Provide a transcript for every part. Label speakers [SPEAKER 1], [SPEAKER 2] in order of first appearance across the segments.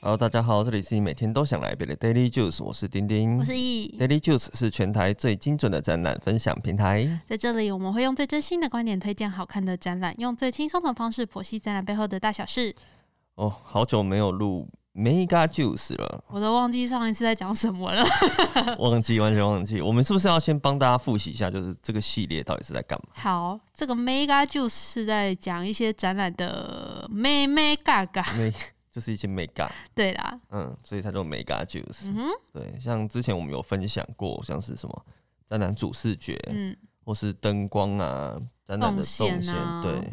[SPEAKER 1] Hello，大家好，这里是你每天都想来一杯的 Daily Juice，我是丁丁，
[SPEAKER 2] 我是易。
[SPEAKER 1] Daily Juice 是全台最精准的展览分享平台。
[SPEAKER 2] 在这里，我们会用最真心的观点推荐好看的展览，用最轻松的方式剖析展览背后的大小事。
[SPEAKER 1] 哦，好久没有录 Mega Juice 了，
[SPEAKER 2] 我都忘记上一次在讲什么了。
[SPEAKER 1] 忘记完全忘记。我们是不是要先帮大家复习一下，就是这个系列到底是在干嘛？
[SPEAKER 2] 好，这个 Mega Juice 是在讲一些展览的妹妹嘎嘎。
[SPEAKER 1] 没， 就是一些 Mega，
[SPEAKER 2] 对啦，
[SPEAKER 1] 嗯，所以它叫 Mega Juice、
[SPEAKER 2] 嗯哼，
[SPEAKER 1] 对，像之前我们有分享过，像是什么展览主视觉，
[SPEAKER 2] 嗯，
[SPEAKER 1] 或是灯光啊，展览的动
[SPEAKER 2] 动
[SPEAKER 1] 线，
[SPEAKER 2] 线啊
[SPEAKER 1] 对，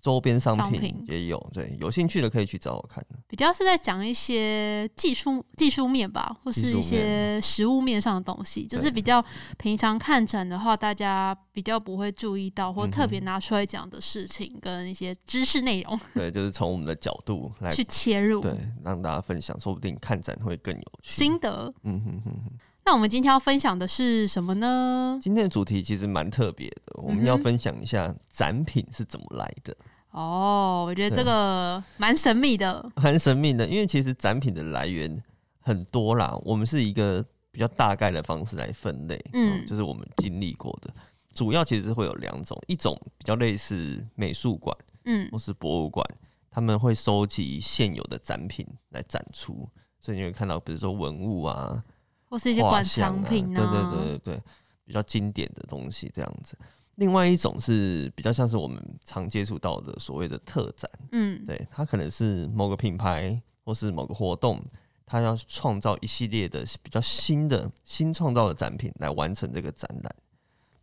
[SPEAKER 1] 周边商
[SPEAKER 2] 商
[SPEAKER 1] 品
[SPEAKER 2] 品
[SPEAKER 1] 也有，对，有兴趣的可以去找我看。
[SPEAKER 2] 比较是在讲一些技术技术面吧，或
[SPEAKER 1] 技
[SPEAKER 2] 是一
[SPEAKER 1] 术面
[SPEAKER 2] 些实物面上的东西，就是
[SPEAKER 1] 对
[SPEAKER 2] 比较平常看展的话，大家比较不会注意到或
[SPEAKER 1] 嗯哼
[SPEAKER 2] 特别拿出来讲的事情跟一些知识内容
[SPEAKER 1] 对，就是从我们的角度来，
[SPEAKER 2] 去切入。
[SPEAKER 1] 对，让大家分享，说不定看展会更有趣。
[SPEAKER 2] 心得。
[SPEAKER 1] 嗯哼哼哼，
[SPEAKER 2] 那我们今天要分享的是什么呢？
[SPEAKER 1] 今天的主题其实蛮特别的，我们
[SPEAKER 2] 嗯哼
[SPEAKER 1] 要分享一下展品是怎么来的，
[SPEAKER 2] 哦，我觉得
[SPEAKER 1] 对
[SPEAKER 2] 这个蛮神秘的。
[SPEAKER 1] 蛮神秘的。因为其实展品的来源很多啦，我们是一个比较大概的方式来分类，
[SPEAKER 2] 嗯
[SPEAKER 1] 就是我们经历过的。主要其实会有两种，一种比较类似美术馆
[SPEAKER 2] 嗯
[SPEAKER 1] 或是博物馆，他们会收集现有的展品来展出，所以你会看到，比如说文物啊，
[SPEAKER 2] 或是一些
[SPEAKER 1] 画
[SPEAKER 2] 馆
[SPEAKER 1] 像
[SPEAKER 2] 藏品
[SPEAKER 1] 啊，对对对对对，比较经典的东西这样子。另外一种是比较像是我们常接触到的所谓的特展，
[SPEAKER 2] 嗯，
[SPEAKER 1] 对，它可能是某个品牌或是某个活动，它要创造一系列的比较新的新创造的展品来完成这个展览。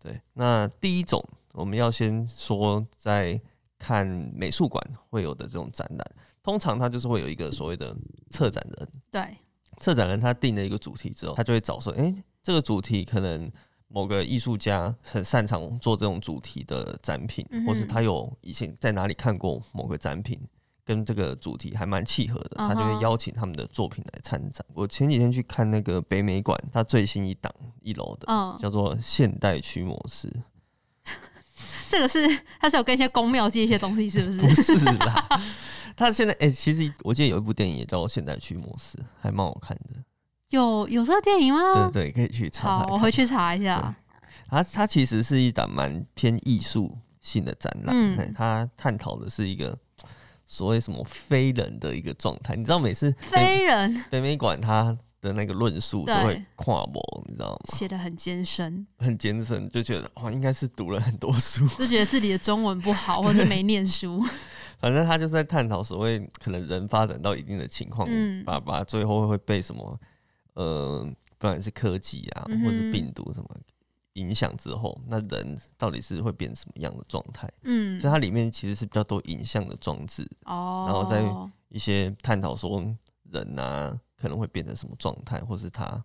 [SPEAKER 1] 对，那第一种我们要先说，在看美术馆会有的这种展览，通常它就是会有一个所谓的策展人，
[SPEAKER 2] 对，
[SPEAKER 1] 策展人他定了一个主题之后，他就会找说，诶，这个主题可能某个艺术家很擅长做这种主题的展品，
[SPEAKER 2] 嗯哼
[SPEAKER 1] 或是他有以前在哪里看过某个展品。跟这个主题还蛮契合的，
[SPEAKER 2] 嗯
[SPEAKER 1] 他
[SPEAKER 2] 哼
[SPEAKER 1] 就会邀请他们的作品来参展。我前几天去看那个北美馆，它最新一档一楼的
[SPEAKER 2] 嗯，
[SPEAKER 1] 叫做《现代驱魔师》，
[SPEAKER 2] 这个是 它是有跟一些宫庙借一些东西，是不是？
[SPEAKER 1] 不是啦。 他现在诶，其实我记得有一部电影也叫《现代驱魔师》，还蛮好看的。
[SPEAKER 2] 有有这个电影吗？
[SPEAKER 1] 对对，可以去查查
[SPEAKER 2] 嗯好，
[SPEAKER 1] 看。
[SPEAKER 2] 我回去查一下。
[SPEAKER 1] 它它其实是一档蛮偏艺术性的展览，
[SPEAKER 2] 嗯
[SPEAKER 1] 嘿它探讨的是一个所谓什么非人的一个状态。你知道每次北
[SPEAKER 2] 飞人
[SPEAKER 1] 北美馆它的那个论述都
[SPEAKER 2] 对
[SPEAKER 1] 会跨博，你知道吗？
[SPEAKER 2] 写的很艰深，
[SPEAKER 1] 很艰深，就觉得哦哇，应该是读了很多书。
[SPEAKER 2] 就觉得自己的中文不好，或者没念书。
[SPEAKER 1] 反正他就是在探讨所谓可能人发展到一定的情况，
[SPEAKER 2] 嗯
[SPEAKER 1] 爸爸最后会被什么呃，不管是科技啊，
[SPEAKER 2] 嗯哼
[SPEAKER 1] 或是病毒什么影响之后，那人到底是会变什么样的状态？
[SPEAKER 2] 嗯
[SPEAKER 1] 所以，它里面其实是比较多影像的装置，
[SPEAKER 2] 哦，
[SPEAKER 1] 然后再一些探讨说嗯人啊可能会变成什么状态，或是他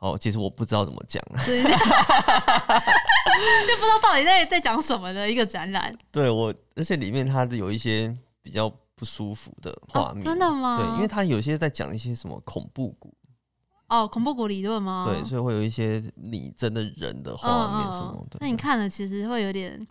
[SPEAKER 1] 哦，其实我不知道怎么讲啊。
[SPEAKER 2] 就是就不知道到底在在讲什么的一个展览。
[SPEAKER 1] 对我，而且里面它有一些比较不舒服的画
[SPEAKER 2] 哦，
[SPEAKER 1] 面，
[SPEAKER 2] 真的吗？
[SPEAKER 1] 对，因为它有些在讲一些什么恐怖谷，
[SPEAKER 2] 哦，恐怖谷理论吗？
[SPEAKER 1] 对，所以会有一些拟真的人的画面什么的，
[SPEAKER 2] 嗯那你看了其实会有点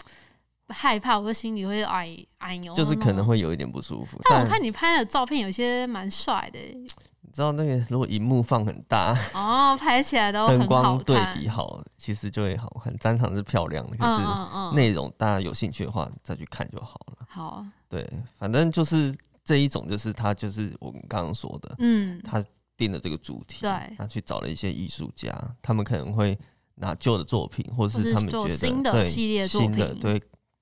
[SPEAKER 2] 害怕，我的心里会哎哎呦，
[SPEAKER 1] 就是可能。会有一点不舒服。
[SPEAKER 2] 但
[SPEAKER 1] 但
[SPEAKER 2] 我看你拍的照片，有些蛮帅的 欸
[SPEAKER 1] 你知道那个如果荧幕放很大，
[SPEAKER 2] 哦，拍起来都
[SPEAKER 1] 灯
[SPEAKER 2] 很好
[SPEAKER 1] 光
[SPEAKER 2] 看。
[SPEAKER 1] 对比好，其实就会好看。展场是漂亮的，可是。
[SPEAKER 2] 嗯嗯嗯，
[SPEAKER 1] 内容大家有兴趣的话再去看就好了。
[SPEAKER 2] 好，
[SPEAKER 1] 对，反正就是这一种，就是他就是我们刚刚说的，
[SPEAKER 2] 嗯，
[SPEAKER 1] 他定了这个主题，
[SPEAKER 2] 对
[SPEAKER 1] 他去找了一些艺术家，他们可能会拿旧的作品，或
[SPEAKER 2] 或
[SPEAKER 1] 是
[SPEAKER 2] 是
[SPEAKER 1] 他们觉
[SPEAKER 2] 做
[SPEAKER 1] 得
[SPEAKER 2] 新的
[SPEAKER 1] 对
[SPEAKER 2] 系列作
[SPEAKER 1] 新的
[SPEAKER 2] 品
[SPEAKER 1] 对，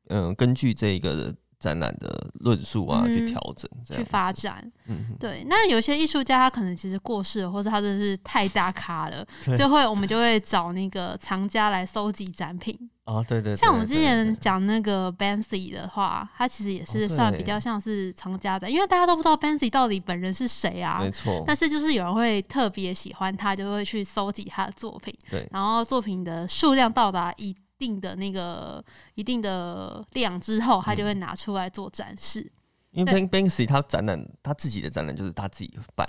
[SPEAKER 1] 嗯、根据这个展览的论述啊、
[SPEAKER 2] 嗯
[SPEAKER 1] 去调整，这样子
[SPEAKER 2] 去发，展。
[SPEAKER 1] 嗯哼，
[SPEAKER 2] 对，那有些艺术家他可能其实过世了，或者他真的是太大咖了
[SPEAKER 1] 对，
[SPEAKER 2] 就会我们就会找那个藏家来搜集展品。
[SPEAKER 1] 啊，对对对，
[SPEAKER 2] 像我们之
[SPEAKER 1] 对
[SPEAKER 2] 前
[SPEAKER 1] 对
[SPEAKER 2] 讲那个 Banksy 的话，他其实也
[SPEAKER 1] 哦
[SPEAKER 2] 是算
[SPEAKER 1] 对
[SPEAKER 2] 比较像是藏家的，因为大家都不知道 Banksy 到底本人是谁啊
[SPEAKER 1] 没。错，
[SPEAKER 2] 但是就是有人会特别喜欢他，就会去搜集他的作品，
[SPEAKER 1] 对
[SPEAKER 2] 然后作品的数量到达一定的那个一定的量之后，他就
[SPEAKER 1] 嗯
[SPEAKER 2] 会拿出来做展示。
[SPEAKER 1] 因为
[SPEAKER 2] 对
[SPEAKER 1] Bank Banksy 他展览他自己的展览就是他自己办，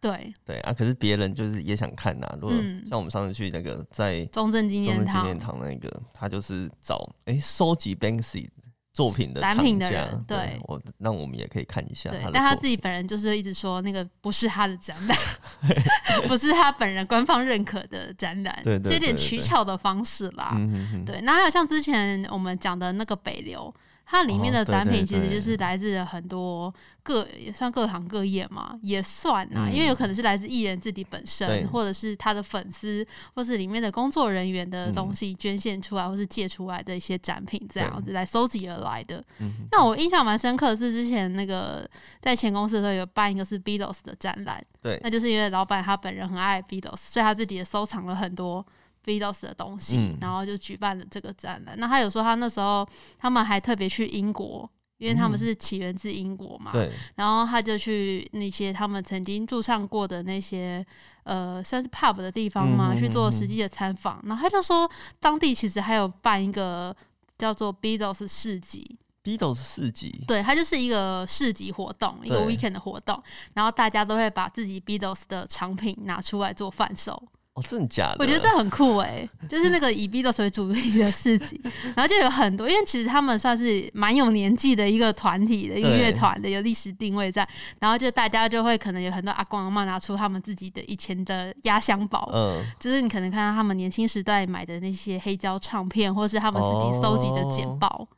[SPEAKER 2] 对，
[SPEAKER 1] 对啊，可是别人就是也想看呐、啊如果
[SPEAKER 2] 嗯
[SPEAKER 1] 像我们上次去那个在
[SPEAKER 2] 中正纪
[SPEAKER 1] 中
[SPEAKER 2] 念
[SPEAKER 1] 正纪
[SPEAKER 2] 堂
[SPEAKER 1] 念堂那个，他就是找哎收、集 Banksy 作品的
[SPEAKER 2] 展
[SPEAKER 1] 厂
[SPEAKER 2] 品的
[SPEAKER 1] 家
[SPEAKER 2] 人
[SPEAKER 1] 对
[SPEAKER 2] 对
[SPEAKER 1] 我，让我们也可以看一下
[SPEAKER 2] 对
[SPEAKER 1] 他，的
[SPEAKER 2] 但他
[SPEAKER 1] 作
[SPEAKER 2] 自己本人就是一直说那个不是他的展 览，不是他本人官方认可的展览，
[SPEAKER 1] 对对
[SPEAKER 2] 是有点
[SPEAKER 1] 对
[SPEAKER 2] 取
[SPEAKER 1] 对
[SPEAKER 2] 巧的方式啦。
[SPEAKER 1] 嗯哼哼，
[SPEAKER 2] 对，那还有像之前我们讲的那个北流，它里面
[SPEAKER 1] 哦
[SPEAKER 2] 的
[SPEAKER 1] 对
[SPEAKER 2] 展
[SPEAKER 1] 对
[SPEAKER 2] 品其实
[SPEAKER 1] 对
[SPEAKER 2] 就是来自很多各也算各行各业嘛，也算啊，因为有可能是来自艺人自己本
[SPEAKER 1] 嗯对
[SPEAKER 2] 身，或者是他的粉丝，或是里面的工作人员
[SPEAKER 1] 嗯
[SPEAKER 2] 的东西捐献出来，或是借出来的一些展品，这样子来收集而来的。
[SPEAKER 1] 嗯哼
[SPEAKER 2] 那我印象蛮深刻的是，之前那个在前公司的时候有办一个是 Beatles 的展览，
[SPEAKER 1] 对
[SPEAKER 2] 那就是因为老板他本人很爱 Beatles，所以他自己也收藏了很多 Beatles 的东西，
[SPEAKER 1] 嗯
[SPEAKER 2] 然后就举办了这个展览。那他有说他那时候他们还特别去英国，因为他们是起源自英国嘛，
[SPEAKER 1] 嗯对，
[SPEAKER 2] 然后他就去那些他们曾经驻唱过的那些呃，算是 pub 的地方嘛，
[SPEAKER 1] 嗯哼
[SPEAKER 2] 去做
[SPEAKER 1] 嗯哼
[SPEAKER 2] 实际的参访。然后他就说，当地其实还有办一个叫做 Beatles 市集，
[SPEAKER 1] Beatles 四集，
[SPEAKER 2] 对，它就是一个市集活动，一个
[SPEAKER 1] 对
[SPEAKER 2] weekend 的活动，然后大家都会把自己 Beatles 的产品拿出来做贩售，
[SPEAKER 1] 哦，真的假的？
[SPEAKER 2] 我觉得这很酷诶、就是那个以 Beatles 为主题的市集，然后就有很多，因为其实他们算是蛮有年纪的一个团体的一个
[SPEAKER 1] 对
[SPEAKER 2] 乐团的，有历史定位在，然后就大家就会可能有很多阿公阿妈拿出他们自己的以前的压箱宝，
[SPEAKER 1] 嗯，
[SPEAKER 2] 就是你可能看到他们年轻时代买的那些黑胶唱片，或是他们自己搜集的
[SPEAKER 1] 哦
[SPEAKER 2] 简报。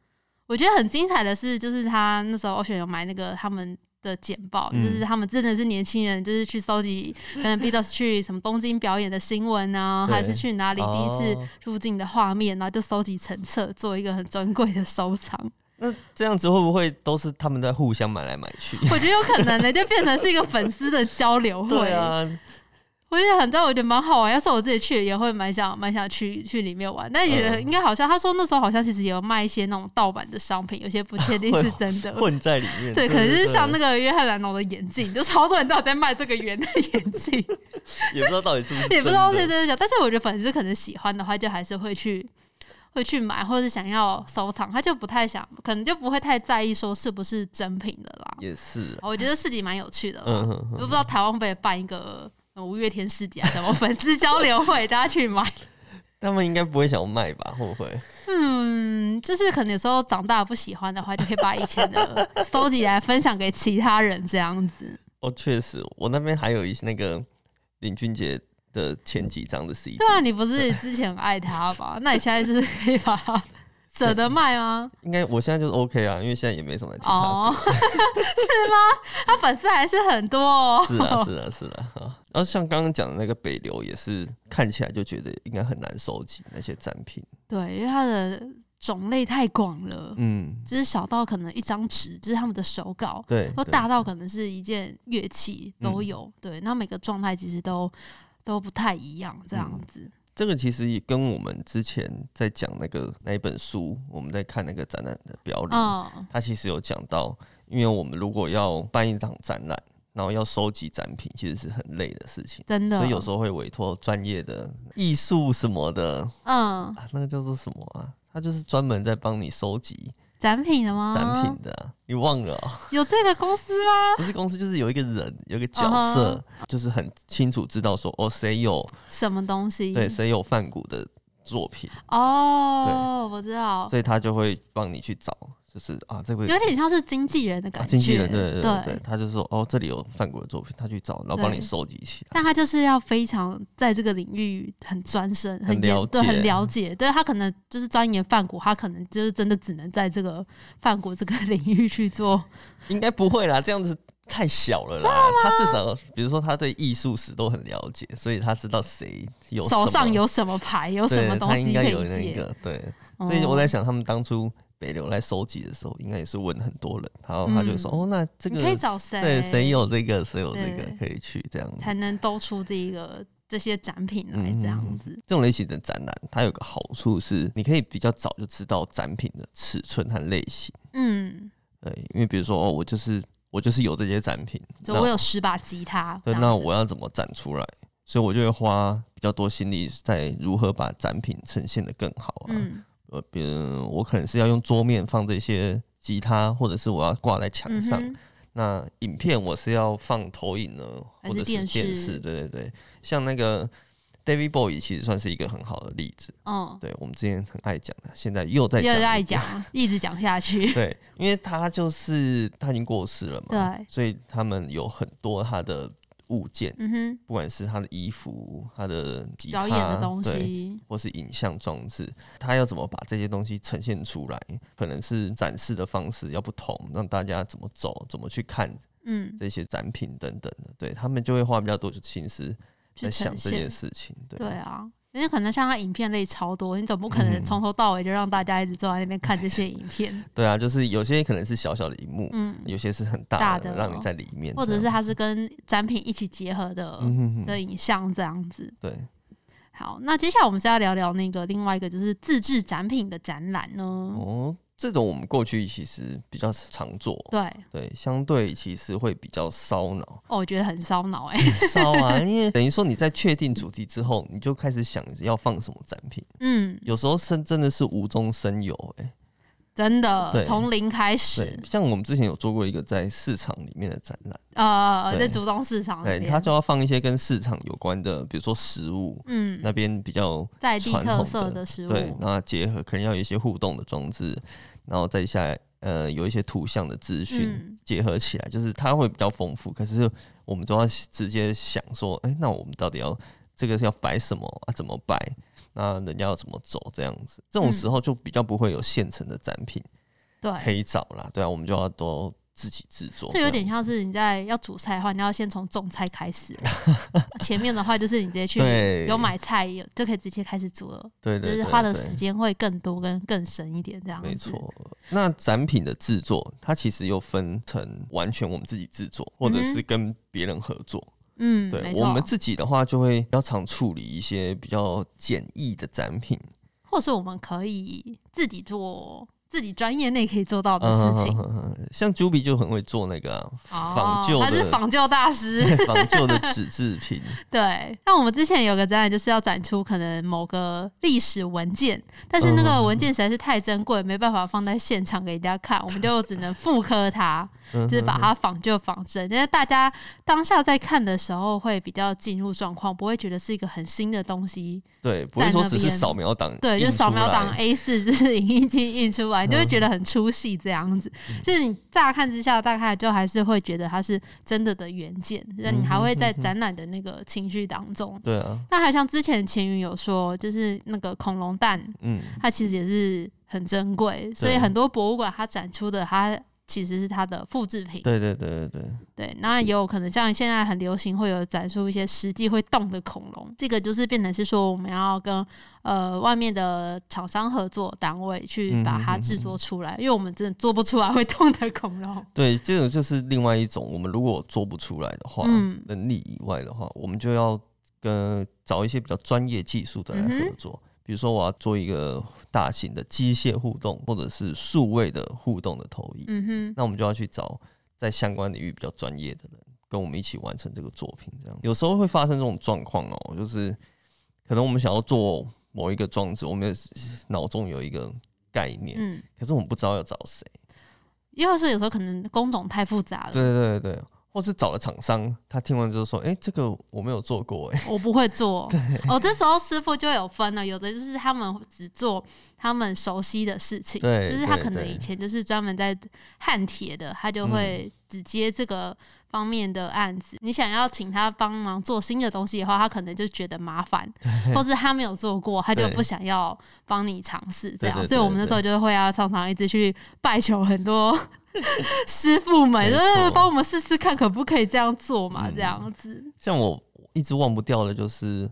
[SPEAKER 2] 我觉得很精彩的是，就是他那时候欧选有买那个他们的简报，
[SPEAKER 1] 嗯
[SPEAKER 2] 就是他们真的是年轻人，就是去搜集 可能 Beatles 去什么东京表演的新闻啊，
[SPEAKER 1] 对
[SPEAKER 2] 还是去哪里第一次
[SPEAKER 1] 哦
[SPEAKER 2] 入境的画面，然后就搜集成册，做一个很珍贵的收藏。
[SPEAKER 1] 那这样子会不会都是他们在互相买来买去？
[SPEAKER 2] 我觉得有可能呢，就变成是一个粉丝的交流会。
[SPEAKER 1] 对啊，
[SPEAKER 2] 我觉得很在，我觉得蛮好玩。要是我自己去，也会蛮想蛮想去去里面玩。但也
[SPEAKER 1] 嗯
[SPEAKER 2] 应该好像、他说那时候好像其实也有卖一些那种盗版的商品，有些不确定 是真的。
[SPEAKER 1] 混在里面。
[SPEAKER 2] 对，可能就是像那
[SPEAKER 1] 个，
[SPEAKER 2] 个约翰·兰农的眼镜，就超多人到底在卖这个圆的眼 镜，
[SPEAKER 1] 也不知道到底是不是真的，
[SPEAKER 2] 也不知道是真的假的。但是我觉得粉丝可能喜欢的话，就还是会去会去买，或者是想要收藏，他就不太想，可能就不会太在意说是不是真品的啦。
[SPEAKER 1] 也是啊，
[SPEAKER 2] 我觉得市集蛮有趣的啦。
[SPEAKER 1] 嗯哼
[SPEAKER 2] 我
[SPEAKER 1] 哼，
[SPEAKER 2] 不知道台湾会不会办一个呃五月天市集啊，什么 粉丝交流会，大家去买。
[SPEAKER 1] 他们应该不会想要卖吧？会不会？
[SPEAKER 2] 嗯，就是可能有时候长大不喜欢的话，就可以把以前的收集来分享给其他人，这样 子。
[SPEAKER 1] 哦，确实，我那边还有一些那个林俊杰的前几张的 CD，
[SPEAKER 2] 对啊，你不是之前很爱他吧？那你现在就是可以把它舍得 卖吗？
[SPEAKER 1] 应该我现在就是 OK 啊，因为现在也没什么人听他的
[SPEAKER 2] 哦， 是吗？他粉丝还是很多哦。
[SPEAKER 1] 是啊，是啊，是啊。啊然后像刚刚讲的那个北流，也是看起来就觉得应该很难收集那些展品。
[SPEAKER 2] 对，因为他的种类太广了，
[SPEAKER 1] 嗯，
[SPEAKER 2] 就是小到可能一张纸，就是他们的手稿，
[SPEAKER 1] 对，
[SPEAKER 2] 或
[SPEAKER 1] 对
[SPEAKER 2] 大到可能是一件乐器都
[SPEAKER 1] 嗯
[SPEAKER 2] 有，对，那每个状态其实都都不太一样，这样
[SPEAKER 1] 嗯
[SPEAKER 2] 子。
[SPEAKER 1] 这个其实也跟我们之前在讲那个那一本书，我们在看那个展览的标里，
[SPEAKER 2] 嗯，
[SPEAKER 1] 它其实有讲到，因为我们如果要办一场展览，然后要收集展品，其实是很累的事情。
[SPEAKER 2] 真的。
[SPEAKER 1] 所以有时候会委托专业的艺术什么的
[SPEAKER 2] 嗯，
[SPEAKER 1] 啊，那个叫做什么啊？他就是专门在帮你收集
[SPEAKER 2] 展品了吗？
[SPEAKER 1] 展品的啊、你忘了啊、
[SPEAKER 2] 有这个公司吗？
[SPEAKER 1] 不是公司，就是有一个人，有一个角
[SPEAKER 2] 嗯哼
[SPEAKER 1] 色就是很清楚知道说，哦，谁有
[SPEAKER 2] 什么东西？
[SPEAKER 1] 对谁有梵谷的作品，
[SPEAKER 2] 哦，我知道，
[SPEAKER 1] 所以他就会帮你去找，就是啊，这个
[SPEAKER 2] 有点像是经纪人的
[SPEAKER 1] 啊
[SPEAKER 2] 感觉。
[SPEAKER 1] 经纪人，对对对对，他就说哦，这里有梵谷的作品，他去找，然后帮
[SPEAKER 2] 对
[SPEAKER 1] 你收集起来。
[SPEAKER 2] 但他就是要非常在这个领域很专深、
[SPEAKER 1] 很
[SPEAKER 2] 很
[SPEAKER 1] 了
[SPEAKER 2] 严对、
[SPEAKER 1] 解
[SPEAKER 2] 很了解。对他可能就是钻研范谷，他可能就是真的只能在这个范谷这个 领域去做。
[SPEAKER 1] 应该不会啦，这样子太小了啦。他至少比如说他对艺术史都很了解，所以他知道谁有什
[SPEAKER 2] 手
[SPEAKER 1] 么
[SPEAKER 2] 上有什么牌，有哦什
[SPEAKER 1] 对
[SPEAKER 2] 么东
[SPEAKER 1] 他
[SPEAKER 2] 西
[SPEAKER 1] 应
[SPEAKER 2] 可
[SPEAKER 1] 该
[SPEAKER 2] 以
[SPEAKER 1] 有那
[SPEAKER 2] 借。哦
[SPEAKER 1] 个对，所以我在想，他们当初北流来收集的时候，应该也是问很多人，然后他就说：“
[SPEAKER 2] 嗯
[SPEAKER 1] 哦，那这
[SPEAKER 2] 哦
[SPEAKER 1] 个
[SPEAKER 2] 你可以找谁？
[SPEAKER 1] 对谁有这个，谁有这个
[SPEAKER 2] 对
[SPEAKER 1] 可以去这样子。
[SPEAKER 2] 才能兜出这个这些展品来
[SPEAKER 1] 嗯
[SPEAKER 2] 这样子？
[SPEAKER 1] 这种类型的展览，它有个好处是，你可以比较早就知道展品的尺寸和类型。
[SPEAKER 2] 嗯，
[SPEAKER 1] 对，因为比如说哦，我就是我就是有这些展品，
[SPEAKER 2] 就
[SPEAKER 1] 那
[SPEAKER 2] 我有十把吉他，
[SPEAKER 1] 对，
[SPEAKER 2] 这样
[SPEAKER 1] 那
[SPEAKER 2] 子
[SPEAKER 1] 我要怎么展出来？所以我就会花比较多心力在如何把展品呈现的更好啊。
[SPEAKER 2] 嗯
[SPEAKER 1] 呃，比如我可能是要用桌面放这些吉他，或者是我要挂在墙
[SPEAKER 2] 嗯
[SPEAKER 1] 上。
[SPEAKER 2] 哼，
[SPEAKER 1] 那影片我是要放投影呢，
[SPEAKER 2] 还
[SPEAKER 1] 或者是
[SPEAKER 2] 是电
[SPEAKER 1] 电
[SPEAKER 2] 视
[SPEAKER 1] 视？对对对，像那个 David Bowie 其实算是一个很好的例子。
[SPEAKER 2] 嗯，
[SPEAKER 1] 对我们之前很爱讲的，现在又在
[SPEAKER 2] 热
[SPEAKER 1] 讲
[SPEAKER 2] 爱
[SPEAKER 1] 一遍
[SPEAKER 2] 讲， 一直讲 下去。
[SPEAKER 1] 对，因为他就是他已经过世了嘛，
[SPEAKER 2] 对，
[SPEAKER 1] 所以他们有很多他的物件，
[SPEAKER 2] 嗯哼，
[SPEAKER 1] 不管是他的衣服、他的吉他
[SPEAKER 2] 表演的东
[SPEAKER 1] 对
[SPEAKER 2] 西，
[SPEAKER 1] 或是影像装置，他要怎么把这些东西呈现出来？可能是展示的方式要不同，让大家怎么走、怎么去看
[SPEAKER 2] 嗯，
[SPEAKER 1] 这些展品等等的，对他们就会花比较多的心思
[SPEAKER 2] 去
[SPEAKER 1] 在想
[SPEAKER 2] 呈
[SPEAKER 1] 这件
[SPEAKER 2] 现。
[SPEAKER 1] 事情。对，
[SPEAKER 2] 对啊，因为可能像他影片类超多，你总不可能
[SPEAKER 1] 嗯
[SPEAKER 2] 从头到尾就让大家一直坐在那边看这些影片，
[SPEAKER 1] 对啊，就是有些可能是小小的一幕，
[SPEAKER 2] 嗯，
[SPEAKER 1] 有些是很大
[SPEAKER 2] 大
[SPEAKER 1] 的，
[SPEAKER 2] 的哦
[SPEAKER 1] 让你在里面这样，
[SPEAKER 2] 或者是它是跟展品一起结合的
[SPEAKER 1] 嗯哼哼
[SPEAKER 2] 的影像这样子。
[SPEAKER 1] 对，
[SPEAKER 2] 好，那接下来我们是要聊聊那个另外一个就是自制展品的展览呢？
[SPEAKER 1] 哦，这种我们过去其实比较常做，
[SPEAKER 2] 对，
[SPEAKER 1] 对，相对其实会比较烧脑，
[SPEAKER 2] 哦，我觉得很烧脑哎。
[SPEAKER 1] 很烧啊，因为等于说你在确定主题之后，你就开始想要放什么展品，
[SPEAKER 2] 嗯，
[SPEAKER 1] 有时候生真的是无中生有、欸，
[SPEAKER 2] 真
[SPEAKER 1] 对
[SPEAKER 2] 的，从零开
[SPEAKER 1] 对
[SPEAKER 2] 始，，
[SPEAKER 1] 像我们之前有做过一个在市场里面的展览，
[SPEAKER 2] 呃，
[SPEAKER 1] 对
[SPEAKER 2] 在主动市场那
[SPEAKER 1] 对，
[SPEAKER 2] 边，
[SPEAKER 1] 它就要放一些跟市场有关的，比如说食物。
[SPEAKER 2] 嗯，
[SPEAKER 1] 那边比较
[SPEAKER 2] 在地
[SPEAKER 1] 传统
[SPEAKER 2] 特
[SPEAKER 1] 的
[SPEAKER 2] 色的食
[SPEAKER 1] 对，
[SPEAKER 2] 物，
[SPEAKER 1] 那结合可能要有一些互动的装置，然后再下来呃有一些图像的资讯、
[SPEAKER 2] 嗯
[SPEAKER 1] 结合起来，就是它会比较丰富。可是我们都要直接想说，哎、那我们到底要这个是要摆什么啊？怎么摆？那人家要怎么走？这样子，这种
[SPEAKER 2] 嗯
[SPEAKER 1] 时候就比较不会有现成的展品可
[SPEAKER 2] 对，
[SPEAKER 1] 以找啦。对啊，我们就要都自己制作样子。
[SPEAKER 2] 这有点像是你在要煮菜的话，你要先从种菜开始， 前面的话就是你直接去
[SPEAKER 1] 对
[SPEAKER 2] 有买菜有就可以直接开始煮了，
[SPEAKER 1] 对
[SPEAKER 2] 就
[SPEAKER 1] 对对对，
[SPEAKER 2] 是花的时间会更多跟更深一点这样子。
[SPEAKER 1] 没错，那展品的制作，它其实又分成完全我们自己制作，或者
[SPEAKER 2] 嗯哼
[SPEAKER 1] 是跟别人合作。
[SPEAKER 2] 嗯，
[SPEAKER 1] 对
[SPEAKER 2] 没
[SPEAKER 1] 我们
[SPEAKER 2] 错，
[SPEAKER 1] 自己的话，就会比较常处理一些比较简易的展品
[SPEAKER 2] 或是我们可以自己做自己专业内可以做到的事
[SPEAKER 1] 嗯
[SPEAKER 2] 情。
[SPEAKER 1] 嗯像 Juby 就很会做那个啊、
[SPEAKER 2] 哦
[SPEAKER 1] 仿旧
[SPEAKER 2] 他是
[SPEAKER 1] 的。
[SPEAKER 2] 仿旧 大师，
[SPEAKER 1] 对仿旧的纸制品，
[SPEAKER 2] 对。那我们之前有个展览，就是要展出可能某个历史文件，但是那
[SPEAKER 1] 嗯
[SPEAKER 2] 个文件实在是太珍贵，没办法放在现场给人家看，我们就只能复刻它。
[SPEAKER 1] 嗯
[SPEAKER 2] 就是把它仿就仿真，但是大家当下在看的时候会比较进入状况，不会觉得是一个很新的东西。
[SPEAKER 1] 对，不会
[SPEAKER 2] 在
[SPEAKER 1] 说
[SPEAKER 2] 那
[SPEAKER 1] 只是
[SPEAKER 2] 边
[SPEAKER 1] 扫描档，
[SPEAKER 2] 对，就扫描档 A 四就是影印机印出来，你就会觉得很出戏这样子。就是你乍看之下，大概就还是会觉得它是真的的原件，那你还会在展览的那个情绪当中。
[SPEAKER 1] 对啊，
[SPEAKER 2] 那还有像之前晴云有说，就是那个恐龙蛋，
[SPEAKER 1] 嗯，
[SPEAKER 2] 它其实也是很珍贵，所以
[SPEAKER 1] 对
[SPEAKER 2] 很多博物馆它展出的它。其实是它的复制品，
[SPEAKER 1] 对对对对对，
[SPEAKER 2] 对，那也有可能像现在很流行会有展出一些实际会动的恐龙，这个就是变成是说我们要跟呃外面的厂商合作单位去把它制作出来，因为我们真的做不出来会动的恐龙。
[SPEAKER 1] 对，这种就是另外一种，我们如果做不出来的话，
[SPEAKER 2] 嗯
[SPEAKER 1] 能力以外的话，我们就要跟找一些比较专业技术的来
[SPEAKER 2] 嗯
[SPEAKER 1] 合
[SPEAKER 2] 哼
[SPEAKER 1] 作。比如说，我要做一个大型的机械互动，或者是数位的互动的投影，
[SPEAKER 2] 嗯哼，
[SPEAKER 1] 那我们就要去找在相关领域比较专业的人，跟我们一起完成这个作品。这样有时候会发生这种状况哦，就是可能我们想要做某一个装置，我们脑中有一个概念，
[SPEAKER 2] 嗯，
[SPEAKER 1] 可是我们不知道要找谁。
[SPEAKER 2] 要是有时候可能工种太复杂了，
[SPEAKER 1] 对对对对，或是找了厂商，他听完之后说：“哎、这个我没有做过、诶
[SPEAKER 2] 我不会做。 哦，这时候师傅就有分了，有的就是他们只做他们熟悉的事情，
[SPEAKER 1] 对
[SPEAKER 2] 就是他
[SPEAKER 1] 对
[SPEAKER 2] 可能
[SPEAKER 1] 对嗯
[SPEAKER 2] 以前就是专门在焊铁的，他就会只接这个方面的案子。你想要请他帮忙做新的东西的话，他可能就觉得麻烦，或是他没有做过，他就
[SPEAKER 1] 对
[SPEAKER 2] 不想要帮你尝试这
[SPEAKER 1] 对
[SPEAKER 2] 样。
[SPEAKER 1] 对
[SPEAKER 2] 所以我们那时候就会要常常一直去拜求 很多师傅们，
[SPEAKER 1] 没
[SPEAKER 2] 就
[SPEAKER 1] 错
[SPEAKER 2] 是帮我们试试看可不可以这样做嘛，
[SPEAKER 1] 嗯
[SPEAKER 2] 这样子。
[SPEAKER 1] 像我一直忘不掉的，就是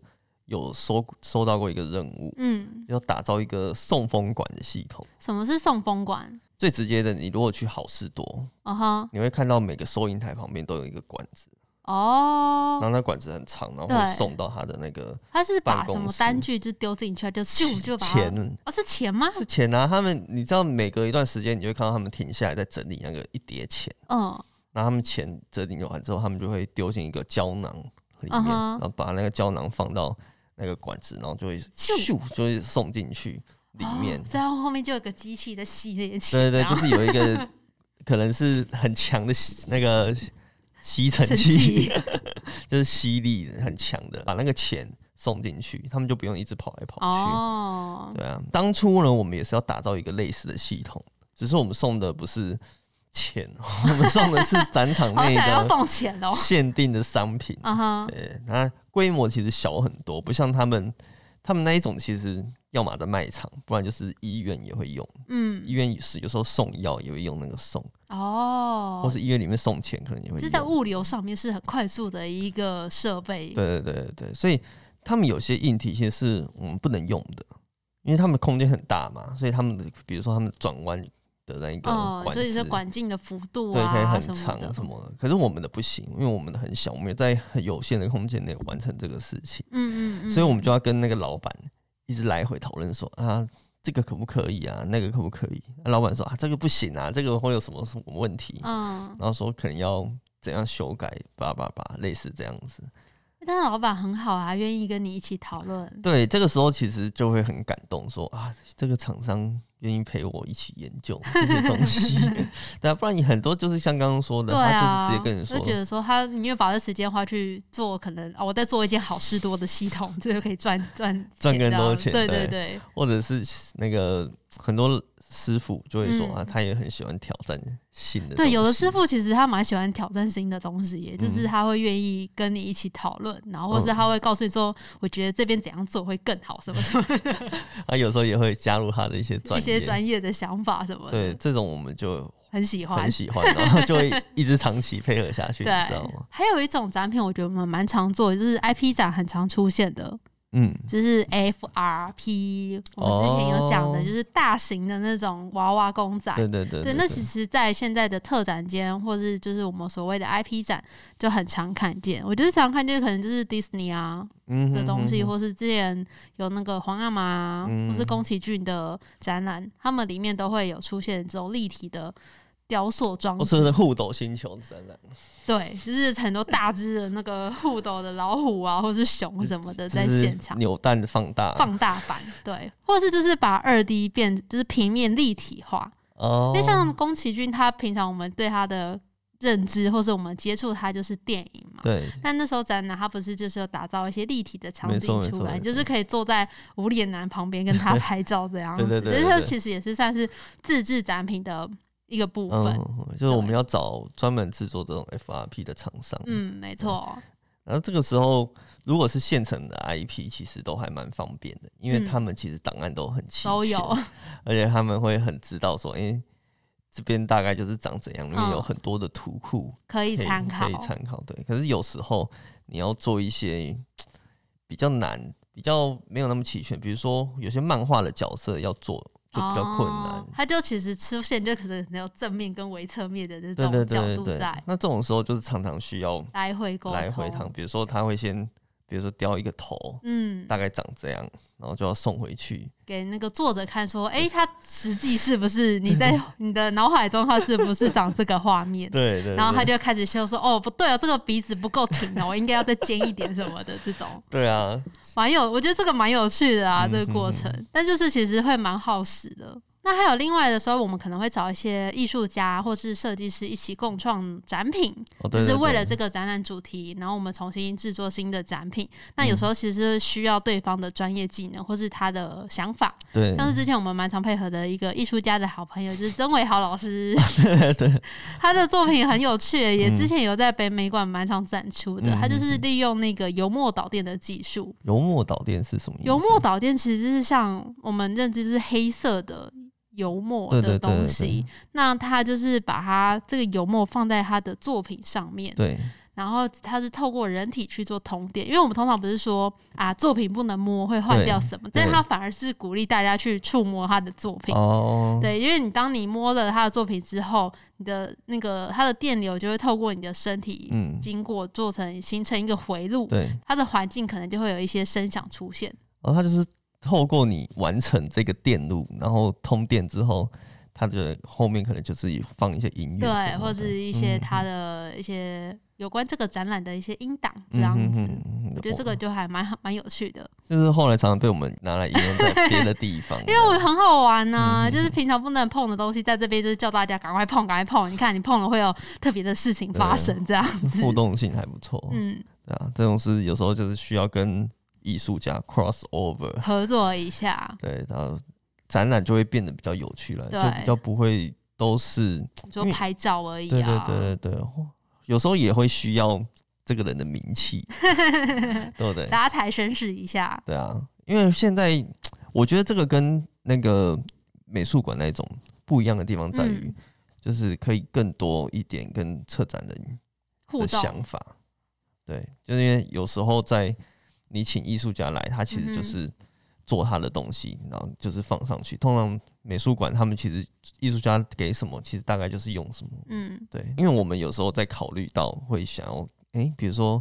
[SPEAKER 1] 有收收到过一个任务，
[SPEAKER 2] 嗯，
[SPEAKER 1] 要打造一个送风管的系统。
[SPEAKER 2] 什么是送风管？
[SPEAKER 1] 最直接的，你如果去好事多，
[SPEAKER 2] 嗯哼，
[SPEAKER 1] 你会看到每个收银台旁边都有一个管子，然
[SPEAKER 2] 哦，
[SPEAKER 1] 后那管子很长，然后
[SPEAKER 2] 对
[SPEAKER 1] 会送到他的那 个
[SPEAKER 2] 他是把
[SPEAKER 1] 办公
[SPEAKER 2] 什么
[SPEAKER 1] 室
[SPEAKER 2] 单据就丢进去，就咻就把它
[SPEAKER 1] 钱。
[SPEAKER 2] 哦是钱吗？
[SPEAKER 1] 是钱啊，他们你知道，每隔一段时间，你就会看到他们停下来在整理那个一叠钱，
[SPEAKER 2] 嗯，
[SPEAKER 1] 然后他们钱整理完之后，他们就会丢进一个胶囊里面
[SPEAKER 2] 嗯哼
[SPEAKER 1] 然后把那个胶囊放到那个管子，然后就会
[SPEAKER 2] 咻
[SPEAKER 1] 咻，就会送进去里面。
[SPEAKER 2] 哦所以它后面就有个机器在吸这些钱，
[SPEAKER 1] 对对对，
[SPEAKER 2] 这样
[SPEAKER 1] 就是有一个可能是很强的吸那个吸尘
[SPEAKER 2] 神
[SPEAKER 1] 器，
[SPEAKER 2] 器
[SPEAKER 1] 就是吸力很强的，把那个钱送进去，他们就不用一直跑来跑去。
[SPEAKER 2] 哦，
[SPEAKER 1] 对啊，当初呢，我们也是要打造一个类似的系统，只是我们送的不是钱， 我们送的是展场
[SPEAKER 2] 好
[SPEAKER 1] 内
[SPEAKER 2] 想要
[SPEAKER 1] 的
[SPEAKER 2] 送钱哦。
[SPEAKER 1] 限定的商品。
[SPEAKER 2] 啊哈，
[SPEAKER 1] 对，那规模其实小很多，不像他们，他们那一种其实要么在卖场，不然就是医院也会用，医
[SPEAKER 2] 嗯，
[SPEAKER 1] 院是有时候送药也会用那个送，
[SPEAKER 2] 哦
[SPEAKER 1] 或，是医院里面送钱可能也会
[SPEAKER 2] 这
[SPEAKER 1] 用。
[SPEAKER 2] 在物流上面是很快速的一个设备。
[SPEAKER 1] 对对对对对，所以他们有些硬体其实是我们不能用的，因为他们空间很大嘛，所以他们的比如说他们转弯的那一个
[SPEAKER 2] 嗯，
[SPEAKER 1] 管
[SPEAKER 2] 所以
[SPEAKER 1] 子，
[SPEAKER 2] 是管径的幅度
[SPEAKER 1] 对，可以
[SPEAKER 2] 啊
[SPEAKER 1] 很
[SPEAKER 2] 什么的
[SPEAKER 1] 长。什么的。可是我们的不行，因为我们的很小，我们也在很有限的空间内完成这个事情，
[SPEAKER 2] 嗯嗯嗯，
[SPEAKER 1] 所以我们就要跟那个老板一直来回讨论说啊。这个可不可以啊？那个可不可以？啊、老板说啊，这个不行啊，这个会有什么什么问题？
[SPEAKER 2] 嗯，
[SPEAKER 1] 然后说可能要怎样修改，叭叭叭，类似这样子。
[SPEAKER 2] 但是老板很好啊，愿意跟你一起讨论。
[SPEAKER 1] 对，这个时候其实就会很感动说，啊，这个厂商愿意陪我一起研究这些东 西，对啊，不然你很多就是像刚刚说的，
[SPEAKER 2] 对啊，
[SPEAKER 1] 他就是直接跟你说
[SPEAKER 2] 就，觉得说他宁愿把这时间花去做，可能哦，我在做一件好事多的系统， 这就可以赚赚
[SPEAKER 1] 赚更
[SPEAKER 2] 这
[SPEAKER 1] 多
[SPEAKER 2] 样
[SPEAKER 1] 钱
[SPEAKER 2] 对
[SPEAKER 1] 对
[SPEAKER 2] 对，
[SPEAKER 1] 或者是那个很多师傅就会说、
[SPEAKER 2] 嗯
[SPEAKER 1] 啊，他也很喜欢挑战新的东西，
[SPEAKER 2] 对，有的师傅其实他蛮喜欢挑战新的东西耶，就是
[SPEAKER 1] 嗯
[SPEAKER 2] 他会愿意跟你一起讨论，然后或是
[SPEAKER 1] 嗯
[SPEAKER 2] 他会告诉你说，我觉得这边怎样做会更 好，什么什么
[SPEAKER 1] 他啊有时候也会加入他的一些专
[SPEAKER 2] 一
[SPEAKER 1] 业，
[SPEAKER 2] 些专业的想法什么
[SPEAKER 1] 对
[SPEAKER 2] 的，
[SPEAKER 1] 这种我们就
[SPEAKER 2] 很喜欢
[SPEAKER 1] 很。喜欢，然后 就会一直长期配合下去，你
[SPEAKER 2] 对
[SPEAKER 1] 知道吗？，
[SPEAKER 2] 还有一种展品，我觉得我们蛮常做的，就是 IP 展很常出现的，
[SPEAKER 1] 嗯，
[SPEAKER 2] 就是 FRP，我们之前有讲的，
[SPEAKER 1] 哦
[SPEAKER 2] 就是大型的那种娃娃公仔。
[SPEAKER 1] 对对对
[SPEAKER 2] 对，那其实，在现在的特展间，或是就是我们所谓的 IP 展，就很常看见。我觉得常看见可能就是 Disney 啊
[SPEAKER 1] 嗯
[SPEAKER 2] 的东西，
[SPEAKER 1] 哼哼哼
[SPEAKER 2] 或是之前有那个皇阿玛啊，
[SPEAKER 1] 嗯
[SPEAKER 2] 或是宫崎骏的展览，他们里面都会有出现这种立体的雕塑装
[SPEAKER 1] 或
[SPEAKER 2] 置。
[SPEAKER 1] 是互斗星球展览。
[SPEAKER 2] 对，就是很多大只的那个互斗的老虎啊，或是熊什么的，在
[SPEAKER 1] 就是
[SPEAKER 2] 现场
[SPEAKER 1] 扭蛋放大，
[SPEAKER 2] 放大版，对，或是就是把二 D 变就是平面立体化，
[SPEAKER 1] 哦
[SPEAKER 2] 因为像宫崎骏，他平常我们对他的认知，或是我们接触他就是电影嘛。
[SPEAKER 1] 对
[SPEAKER 2] 但那时候展览，他不是就是有打造一些立体的场
[SPEAKER 1] 没错
[SPEAKER 2] 景
[SPEAKER 1] 没
[SPEAKER 2] 出
[SPEAKER 1] 错
[SPEAKER 2] 来，
[SPEAKER 1] 没错
[SPEAKER 2] 就是可以坐在无脸男旁边跟他拍照这样子。
[SPEAKER 1] 对对对
[SPEAKER 2] 就是它
[SPEAKER 1] 对对
[SPEAKER 2] 其实也是算是自制展品的一个部分。
[SPEAKER 1] 嗯，就是我们要找专门制作这种 FRP 的厂商，
[SPEAKER 2] 嗯，没错。
[SPEAKER 1] 然后这个时候如果是现成的 IP，其实都还蛮方便的，因为
[SPEAKER 2] 嗯
[SPEAKER 1] 他们其实档案都很齐全，
[SPEAKER 2] 都有，
[SPEAKER 1] 而且他们会很知道说，哎、这边大概就是长怎样，因为
[SPEAKER 2] 嗯
[SPEAKER 1] 有很多的图库
[SPEAKER 2] 可以
[SPEAKER 1] 可以
[SPEAKER 2] 参考
[SPEAKER 1] 可以。参考。对，可是有时候你要做一些比较难、比较没有那么齐全，比如说有些漫画的角色要做就比较困难。
[SPEAKER 2] 哦它就其实出现就可能有正面跟微侧面的这
[SPEAKER 1] 对对
[SPEAKER 2] 种角
[SPEAKER 1] 对
[SPEAKER 2] 度
[SPEAKER 1] 对对
[SPEAKER 2] 在，
[SPEAKER 1] 那这种时候就是常常需要
[SPEAKER 2] 来回沟通。
[SPEAKER 1] 来回趟，比如说他会先，比如说雕一个头，
[SPEAKER 2] 嗯，
[SPEAKER 1] 大概长这样，然后就要送回去。
[SPEAKER 2] 给那个作者看，说，哎、他实际是不是你 在你的脑海中，他是不是长这个画面？
[SPEAKER 1] 对对
[SPEAKER 2] 然后他
[SPEAKER 1] 就
[SPEAKER 2] 就开始修说，哦，不对哦，这个鼻子不够挺哦，我应该要再尖一点什么的，这 种
[SPEAKER 1] 对啊，
[SPEAKER 2] 蛮有，我觉得这个蛮有趣的啊，
[SPEAKER 1] 嗯
[SPEAKER 2] 这个过程，但就是其实会蛮耗时的。那还有另外的时候，我们可能会找一些艺术家或是设计师一起共创展品，
[SPEAKER 1] 哦对
[SPEAKER 2] 就
[SPEAKER 1] 对
[SPEAKER 2] 是为了
[SPEAKER 1] 对
[SPEAKER 2] 这个展览主题，然后我们重新制作新的展品。那有时候其实是需要对方的专业技能或是他的想法，
[SPEAKER 1] 对
[SPEAKER 2] 像是之前我们蛮常配合的一个艺术家的好朋友，就是曾伟豪老 师，
[SPEAKER 1] 对
[SPEAKER 2] 他的作品很有趣，也
[SPEAKER 1] 嗯
[SPEAKER 2] 之前有在北美馆蛮常展出的。
[SPEAKER 1] 嗯
[SPEAKER 2] 他就是
[SPEAKER 1] 嗯
[SPEAKER 2] 利用那个油墨导电的技术，
[SPEAKER 1] 油墨导电是什么意思？
[SPEAKER 2] 油墨导电其实是像我们认知是黑色的。油墨
[SPEAKER 1] 对
[SPEAKER 2] 的
[SPEAKER 1] 对对
[SPEAKER 2] 东
[SPEAKER 1] 对
[SPEAKER 2] 西，那他就是把它这个油墨放在他的作品上面，
[SPEAKER 1] 对
[SPEAKER 2] 然后它是透过人体去做通电，因为我们通常不是说啊作品不能摸会坏
[SPEAKER 1] 对
[SPEAKER 2] 掉什么，但
[SPEAKER 1] 对
[SPEAKER 2] 他反而是鼓励大家去触摸他的作品。
[SPEAKER 1] 哦，
[SPEAKER 2] 对，因为你当你摸了他的作品之后，你的那个它的电流就会透过你的身体
[SPEAKER 1] 嗯
[SPEAKER 2] 经过，做成形成一个回路，
[SPEAKER 1] 对，
[SPEAKER 2] 它的环境可能就会有一些声响出现。
[SPEAKER 1] 然后它就是透过你完成这个电路，然后通电之后，它的后面可能就是有放一些音乐什么的，
[SPEAKER 2] 对，或者一些
[SPEAKER 1] 嗯
[SPEAKER 2] 它的一些有关这个展览的一些音档这样子，
[SPEAKER 1] 嗯哦哼哼
[SPEAKER 2] 我觉得这个就还蛮好蛮有趣的，
[SPEAKER 1] 就是后来常常被我们拿来应用在别的地 方，
[SPEAKER 2] 因为我很好玩
[SPEAKER 1] 嗯
[SPEAKER 2] 呢、
[SPEAKER 1] 哼
[SPEAKER 2] 就是平常不能碰的东西，在这边就是叫大家赶快碰，赶快碰，你看你碰了会有特别的事情发
[SPEAKER 1] 对哦
[SPEAKER 2] 生这样子。
[SPEAKER 1] 互动性还不错，
[SPEAKER 2] 嗯，
[SPEAKER 1] 对啊，这种是有时候就是需要跟艺术家 cross over，
[SPEAKER 2] 合作一下，
[SPEAKER 1] 对，然后展览就会变得比较有趣了，就
[SPEAKER 2] 对
[SPEAKER 1] 比较不会都是
[SPEAKER 2] 就
[SPEAKER 1] 因为
[SPEAKER 2] 拍照而已
[SPEAKER 1] 对对
[SPEAKER 2] 啊。
[SPEAKER 1] 对对对，有时候也会需要这个人的名 气，对不对？
[SPEAKER 2] 搭台绅士一下，
[SPEAKER 1] 对啊，因为现在我觉得这个跟那个美术馆那一种不一样的地方在于，
[SPEAKER 2] 嗯
[SPEAKER 1] 就是可以更多一点跟策展人
[SPEAKER 2] 互
[SPEAKER 1] 的
[SPEAKER 2] 动
[SPEAKER 1] 想法。对，就是因为有时候在你请艺术家来，他其实就
[SPEAKER 2] 嗯哼
[SPEAKER 1] 是做他的东西，然后就是放上去。通常美术馆他们其实艺术家给什么，其实大概就是用什么。
[SPEAKER 2] 嗯，
[SPEAKER 1] 对，因为我们有时候在考虑到会想要，诶，比如说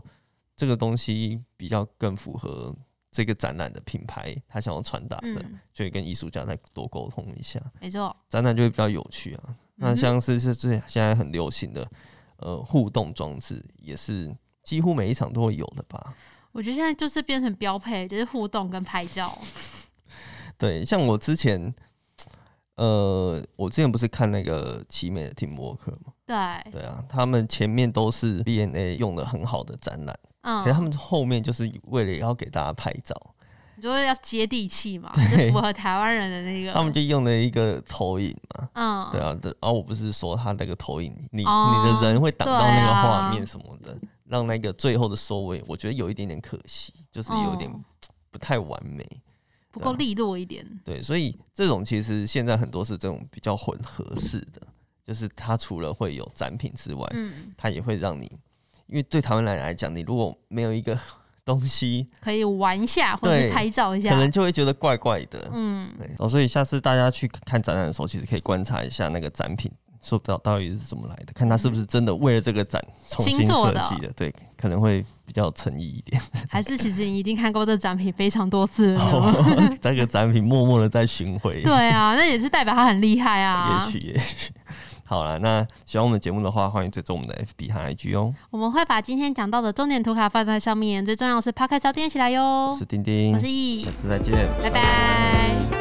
[SPEAKER 1] 这个东西比较更符合这个展览的品牌，他想要传达的，
[SPEAKER 2] 嗯，
[SPEAKER 1] 就会跟艺术家再多沟通一下，
[SPEAKER 2] 没错。
[SPEAKER 1] 展览就会比较有趣啊。那
[SPEAKER 2] 嗯哼
[SPEAKER 1] 像是是是现在很流行的，呃，互动装置也是几乎每一场都会有的吧？
[SPEAKER 2] 我觉得现在就是变成标配，就是互动跟拍照。
[SPEAKER 1] 对，像我之前，呃，我之前不是看那个奇美的 Team Work 嘛？
[SPEAKER 2] 对，
[SPEAKER 1] 对啊，他们前面都是 B&A 用的很好的展览。
[SPEAKER 2] 嗯
[SPEAKER 1] 可是，他们后面就是为了要给大家拍照，
[SPEAKER 2] 你就是要接地气嘛，就是符合台湾人的那 个。
[SPEAKER 1] 他们就用了一个投影嘛，
[SPEAKER 2] 嗯，
[SPEAKER 1] 对啊，对啊，我不是说他那个投影，你、
[SPEAKER 2] 哦
[SPEAKER 1] 你的人会挡到那个
[SPEAKER 2] 对啊啊
[SPEAKER 1] 画面什么的，让那个最后的收尾，我觉得有一点点可惜，就是有点
[SPEAKER 2] 嗯
[SPEAKER 1] 不太完美，
[SPEAKER 2] 不
[SPEAKER 1] 啊
[SPEAKER 2] 够利落一点。
[SPEAKER 1] 对，所以这种其实现在很多是这种比较混合式的，就是它除了会有展品之外，
[SPEAKER 2] 嗯，
[SPEAKER 1] 它也会让你，因为对台湾人来讲，你如果没有一个 东西，
[SPEAKER 2] 可以玩一下，或
[SPEAKER 1] 对
[SPEAKER 2] 是拍照一下
[SPEAKER 1] 可。能就会觉得怪怪的，
[SPEAKER 2] 嗯，
[SPEAKER 1] 对，哦，所以下次大家去看展览的时候，其实可以观察一下那个展品，说不到到底是怎么来的，看它是不是真的为了这个展重新
[SPEAKER 2] 新做
[SPEAKER 1] 设
[SPEAKER 2] 的
[SPEAKER 1] 计的，对，可能会比较有诚意一点。
[SPEAKER 2] 还是其实你一定看过这展品非常多次了。
[SPEAKER 1] 哦 这个展品默默的在巡回，
[SPEAKER 2] 对啊，那也是代表他很厉害啊。
[SPEAKER 1] 也许也许。 好了，那喜欢我们节目的话，欢迎追踪我们的 FB 和 IG 哦。
[SPEAKER 2] 我们会把今天讲到的重点图卡放在哦上面，最重要的是 E p o d c a s 要订阅起来哟
[SPEAKER 1] 我。是丁丁，
[SPEAKER 2] 我是易
[SPEAKER 1] 下，次再见，
[SPEAKER 2] 拜拜